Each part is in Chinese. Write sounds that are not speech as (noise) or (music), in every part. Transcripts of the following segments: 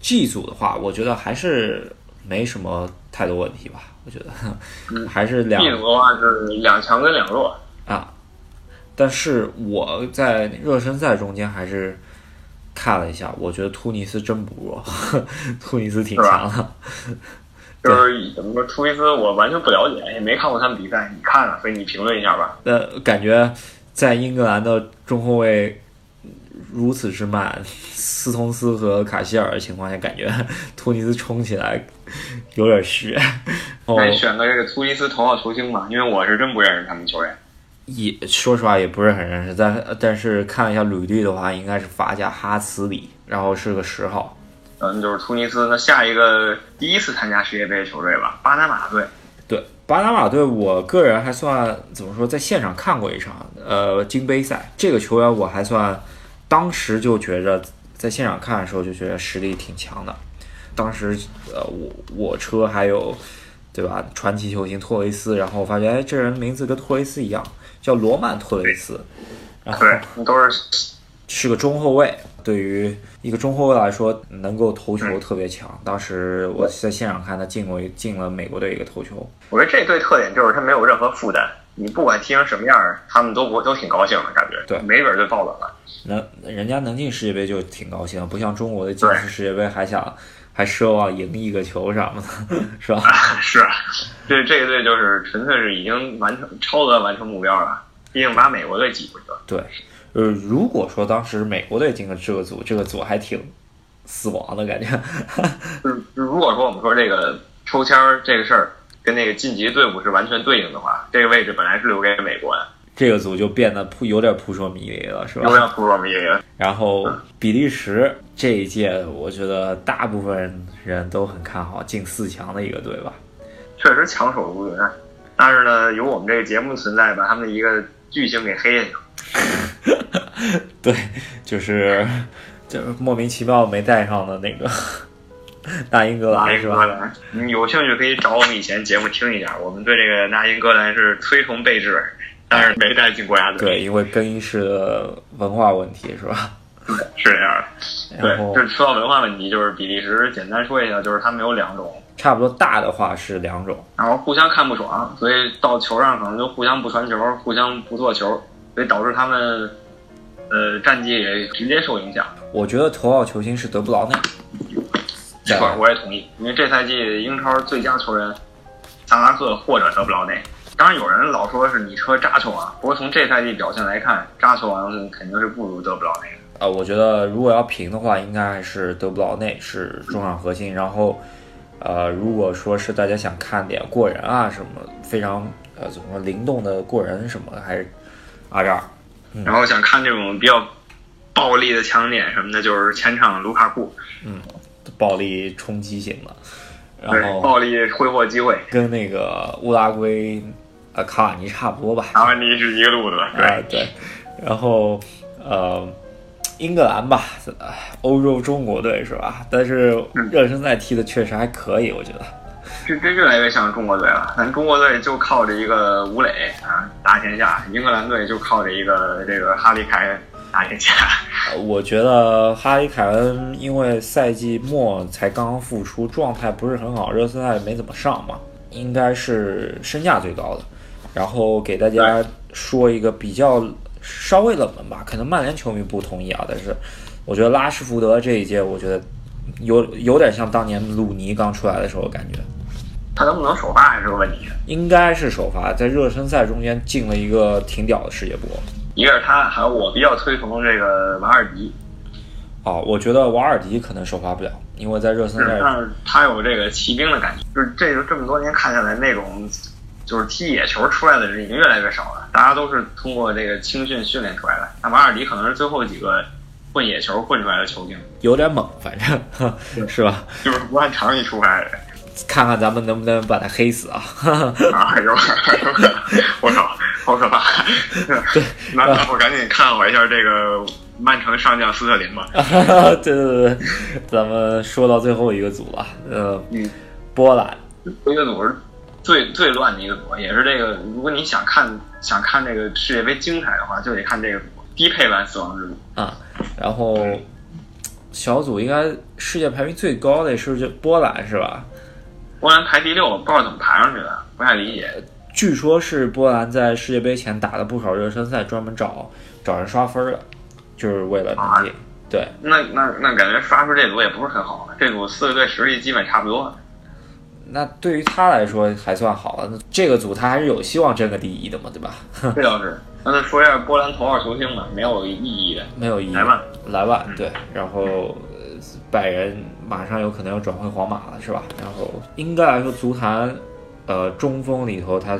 G 组的话，我觉得还是没什么太多问题吧。我觉得嗯还是两 B 组的话是两强跟两弱，啊，但是我在热身赛中间还是看了一下，我觉得突尼斯真不弱， (laughs) 突尼斯挺强的。就是怎么说，突尼斯我完全不了解，也没看过他们比赛，你看了，所以你评论一下吧。呃，感觉在英格兰的中后卫如此之慢，斯通斯和卡希尔的情况下，感觉突尼斯冲起来有点虚。 (laughs) 哦那，你选的这个突尼斯头号球星吧，因为我是真不认识他们球员。也说实话也不是很认识，但是但是看了一下履历的话，应该是法甲哈茨里，然后是个十号。嗯，就是突尼斯。那下一个第一次参加世界杯的球队吧，巴拿马队。对，巴拿马队，我个人还算怎么说，在现场看过一场，呃，金杯赛，这个球员我还算，当时就觉着在现场看的时候就觉得实力挺强的，当时呃，我我车还有，对吧？传奇球星托雷斯，然后我发现，哎，这人名字跟托雷斯一样，叫罗曼托雷斯，然后对，都是是个中后卫，对于一个中后卫来说，能够头嗯球特别强。当时我在现场看他进过一进了美国队一个头球，我觉得这队特点就是他没有任何负担，你不管踢成什么样儿，他们都不都挺高兴的感觉，对没准儿就爆冷了。 (laughs) 能人家能进世界杯就挺高兴，不像中国的进对次世界杯还想还奢望赢一个球什么的， (laughs) 是吧？是啊，这这个队就是纯粹是已经完成超额完成目标了，毕竟把美国队挤过去了。对，呃，如果说当时美国队进了这个组，这个组还挺死亡的感觉， (laughs) 就是如果说我们说这个抽签儿这个事儿跟那个晋级队伍是完全对应的话，这个位置本来是留给美国的，这个组就变得扑有点扑朔迷离了，是吧？永远不是我们一个。然后比利时这一届，我觉得大部分人都很看好进四强的一个队吧。 (laughs) 确实强手如云，但是呢，有我们这个节目的存在，把他们的一个巨星给黑下去了。对，就是就是莫名其妙没带上的那个 (laughs) 大英格兰英是格吧？兰，你有兴趣可以找我们以前节目听一下，我们对这个那英格兰是推崇备至，但是没带进国家队，对，因为更衣室的文化问题是吧？是这样的。然后对，就是说到文化问题，就是比利时，简单说一下，就是他们有两种，差不多大的话是两种，然后互相看不爽，所以到球上可能就互相不传球，互相不做球，所以导致他们，呃，战绩也直接受影响。我觉得头号球星是德布劳内，这啊块儿我也同意，因为这赛季英超最佳球员，萨拉赫或者德布劳内。当然，有人老说是你车扎球王，不过从这赛季表现来看，扎球王肯定是不如德布劳内的。呃，我觉得如果要评的话，应该还是德布劳内是中场核心。然后，呃，如果说是大家想看点过人啊什么，非常呃怎么说灵动的过人什么的，还是啊阿扎尔。嗯然后想看这种比较暴力的强点什么的，就是前场卢卡库，暴力冲击型的，然对，后暴力挥霍机会，跟那个乌拉圭呃卡瓦尼差不多吧。达文尼是一个路子，啊对，对，然后呃，英格兰吧，哎欧洲中国队是吧？但是嗯热身赛踢的确实还可以，我觉得。这这越来越像中国队了。咱中国队就靠着一个吴磊啊打天下，英格兰队就靠着一个这个哈里凯恩打天下。呃我觉得哈里凯恩因为赛季末才刚刚复出，状态不是很好，热身赛没怎么上嘛，应该是身价最高的。然后给大家说一个比较稍微冷门吧，可能曼联球迷不同意啊，但是我觉得拉什福德这一届，我觉得有有点像当年鲁尼刚出来的时候的感觉，他能不能首发还是个问题。应该是首发，在热身赛中间进了一个挺屌的世界波。一个是他，还有我比较推崇这个瓦尔迪，啊，我觉得瓦尔迪可能首发不了，因为在热身就赛是但是他有这个骑兵的感觉，就是这这么多年看下来，那种就是踢野球出来的人已经越来越少了，大家都是通过这个青训训练出来的。那瓦尔迪可能是最后几个混野球混出来的球星，有点 (laughs) 猛，反正是吧？就是不按常理出牌的人。看看咱们能不能把他黑死啊！ (laughs) 啊，有有可能， (laughs) 我操，好可怕！那那我赶紧看好一下这个曼城上将斯特林吧。 (laughs) 啊对对对，咱们说到最后一个组了，呃，嗯，波兰，这个组是最最乱的一个组，也是这个。如果你想看想看这个世界杯精彩的话，就得看这个组低配版死亡之组。啊，然后小组应该世界排名最高的是就波兰是吧？波兰排第六，我不知道怎么爬上去的，不太理解。据说是波兰在世界杯前打了不少热身赛，专门找找人刷分的，就是为了啊能进。对，那那那感觉刷出这组也不是很好，这组四个队实力基本差不多。那对于他来说还算好了。那这个组他还是有希望争个第一的嘛，对吧？这倒是。那再说一下波兰头号球星吧，没有意义的。没有意义。莱万，莱万，对。然后呃拜仁马上有可能要转会皇马了，是吧？然后应该来说，足坛呃中锋里头，他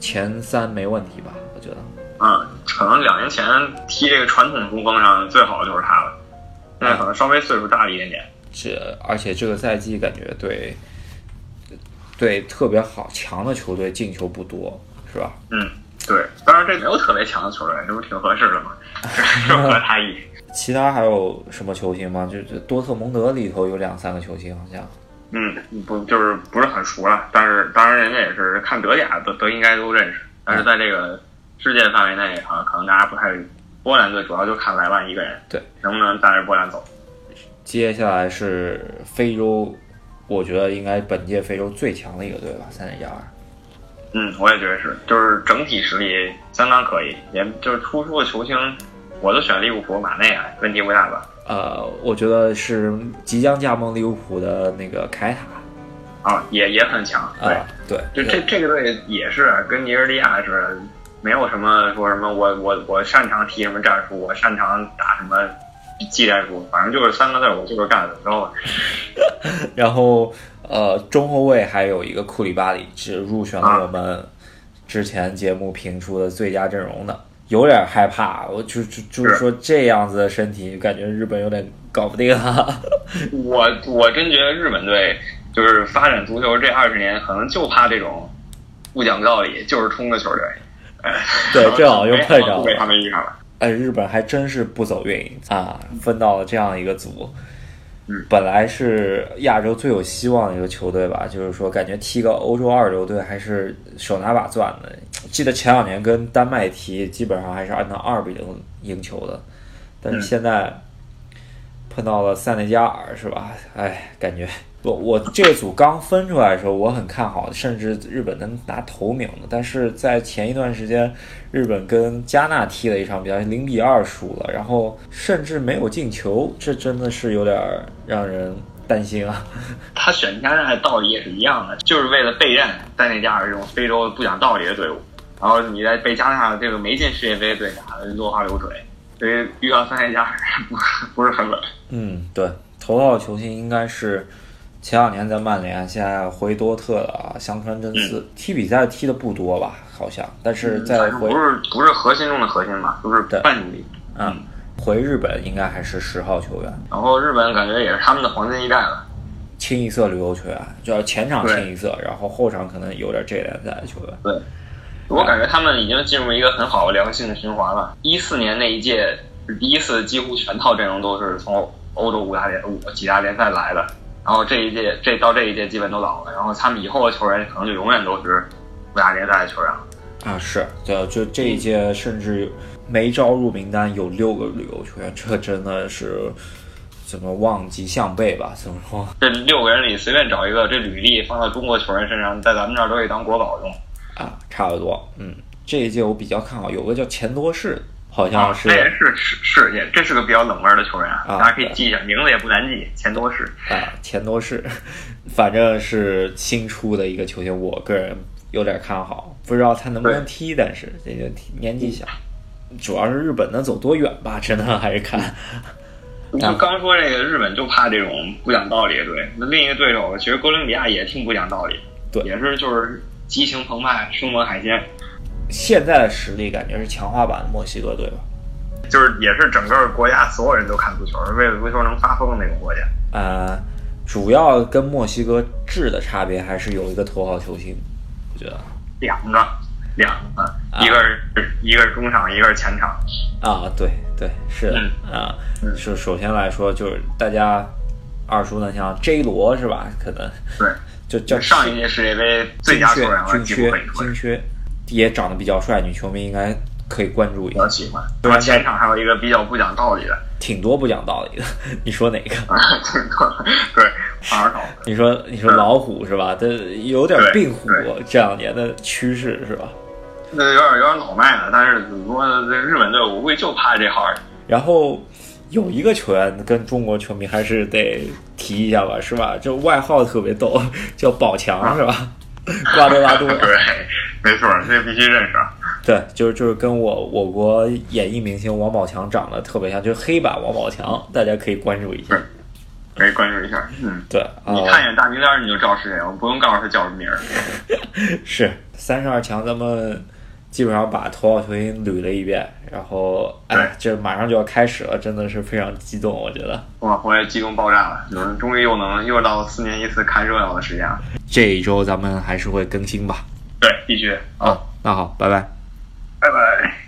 前三没问题吧？我觉得。嗯，可能两年前踢这个传统中锋上最好的就是他了，现在可能稍微岁数大了一点点。这而且这个赛季感觉对对特别好强的球队进球不多，是吧？嗯，对，当然这没有特别强的球队，这不挺合适的吗？ (laughs) 这不合他意。其他还有什么球星吗？就是多特蒙德里头有两三个球星，好像嗯，不就是不是很熟了，但是当然人家也是看德甲都都应该都认识，但是在这个世界范围内啊，可能大家不太。波兰队主要就看莱万一个人，对，能不能带着波兰走？接下来是非洲，我觉得应该本届非洲最强的一个队吧，三点加二。嗯，我也觉得是，就是整体实力相当可以，也就是突出的球星，我都选利物浦马内啊，问题不大吧？呃，我觉得是即将加盟利物浦的那个凯塔啊，也也很强，对，啊，对，就这这个队也是跟尼日利亚是没有什么说什么我我我擅长踢什么战术，我擅长打什么技战术，反正就是三个字儿，我就是干，怎么着吧？ (laughs) 然后呃，中后卫还有一个库里巴里是入选了我们之前节目评出的最佳阵容的，有点害怕。我就就就是是说这样子的身体，感觉日本有点搞不定啊了。我我真觉得日本队就是发展足球这二十年，可能就怕这种不讲道理，就是冲的球队。哎对正好又碰上了不被他们遇上了。哎，日本还真是不走运啊，分到了这样一个组。嗯本来是亚洲最有希望的一个球队吧，就是说感觉踢个欧洲二流队还是手拿把攥的。记得前两年跟丹麦踢，基本上还是按照二比零赢球的，但是嗯现在碰到了塞内加尔是吧？哎，感觉我我这个组刚分出来的时候，我很看好，甚至日本能拿头名的。但是在前一段时间，日本跟加纳踢了一场比赛，零比二输了，然后甚至没有进球，这真的是有点儿让人担心啊。他选加纳的道理也是一样的，就是为了备战塞内加尔这种非洲不讲道理的队伍。然后你再被加纳这个没进世界杯的队打得落花流水，所以遇到塞内加尔 (laughs) 不是不是很稳。嗯，对，头号球星应该是前两年在曼联，现在回多特了啊。香川真司、嗯踢比赛踢的不多吧，好像，但是在反正回嗯不是嗯不是核心中的核心吧，就是对半主力。啊、回日本应该还是十号球员，然后日本感觉也是他们的黄金一代了。清一色旅游球员，就要前场对清一色，然后后场可能有点这联赛的球员。对，我感觉他们已经进入一个很好的良性的循环了。一四年那一届是第一次几乎全套阵容都是从欧洲五大联五几大联赛来的，然后这一届这到这一届基本都老了，然后他们以后的球员可能就永远都是五大联赛的球员了。啊，是，对，就这一届甚至没招入名单有六个旅游球员，这真的是怎么望极项背吧？怎么说？这六个人里随便找一个，这履历放到中国球员身上，在咱们这儿都可以当国宝用。啊，差不多。嗯，这一届我比较看好，有个叫钱多士，好像啊，是这人是是是也，这是个比较冷门的球员，啊大家可以记一下，名字也不难记，钱多士。啊，钱多士，反正是新出的一个球星，我个人有点看好，不知道他能不能对嗯踢，但是这个年纪小，主要是日本能走多远吧，真的还是看。就刚说这个日本就怕这种不讲道理的队，那另一个对手其实哥伦比亚也挺不讲道理，对也是就是激情澎湃，生猛海鲜，现在的实力感觉是强化版的墨西哥队吧？就是也是整个国家所有人都看足球，为了足球能发疯的那种国家。呃，主要跟墨西哥质的差别还是有一个头号球星，我觉得。两个，两个，一个是一个是中场，一个是前场。啊，对对，是的、嗯啊，嗯是首先来说就是大家耳熟能详，J 罗是吧？可能对，就叫上一届世界杯最佳球员了，军几乎缺可以说军缺，也长得比较帅，女球迷应该可以关注一比下较。喜欢。对吧？前场还有一个比较不讲道理的， (laughs) 挺多不讲道理的， (laughs) 你说哪个？对对，反而搞的。你说你说老虎是嗯吧？这有点对病虎对这两年的趋势是吧？那有点有点老迈了，但是怎么说呢？这日本队我估计就怕这号儿，然后有一个球员跟中国球迷还是得提一下吧，是吧？这外号特别逗， (laughs) 叫宝强是吧？嗯瓜德拉多， (laughs) (laughs) 对，没错，这必须认识。啊对，就是就是跟我我国演艺明星王宝强长得特别像，就是黑版王宝强，大家可以关注一下。可以关注一下。嗯，对啊，你看一眼大名单儿你就知道是谁，我不用告诉他叫什么名儿。是三十二强，咱们基本上把头号球星捋了一遍，然后哎对，这马上就要开始了，真的是非常激动，我觉得。哇，我也激动爆炸了，嗯，终于又能又到四年一次看热闹的时间了。这一周咱们还是会更新吧。对，必须。啊，那好，拜拜。拜拜。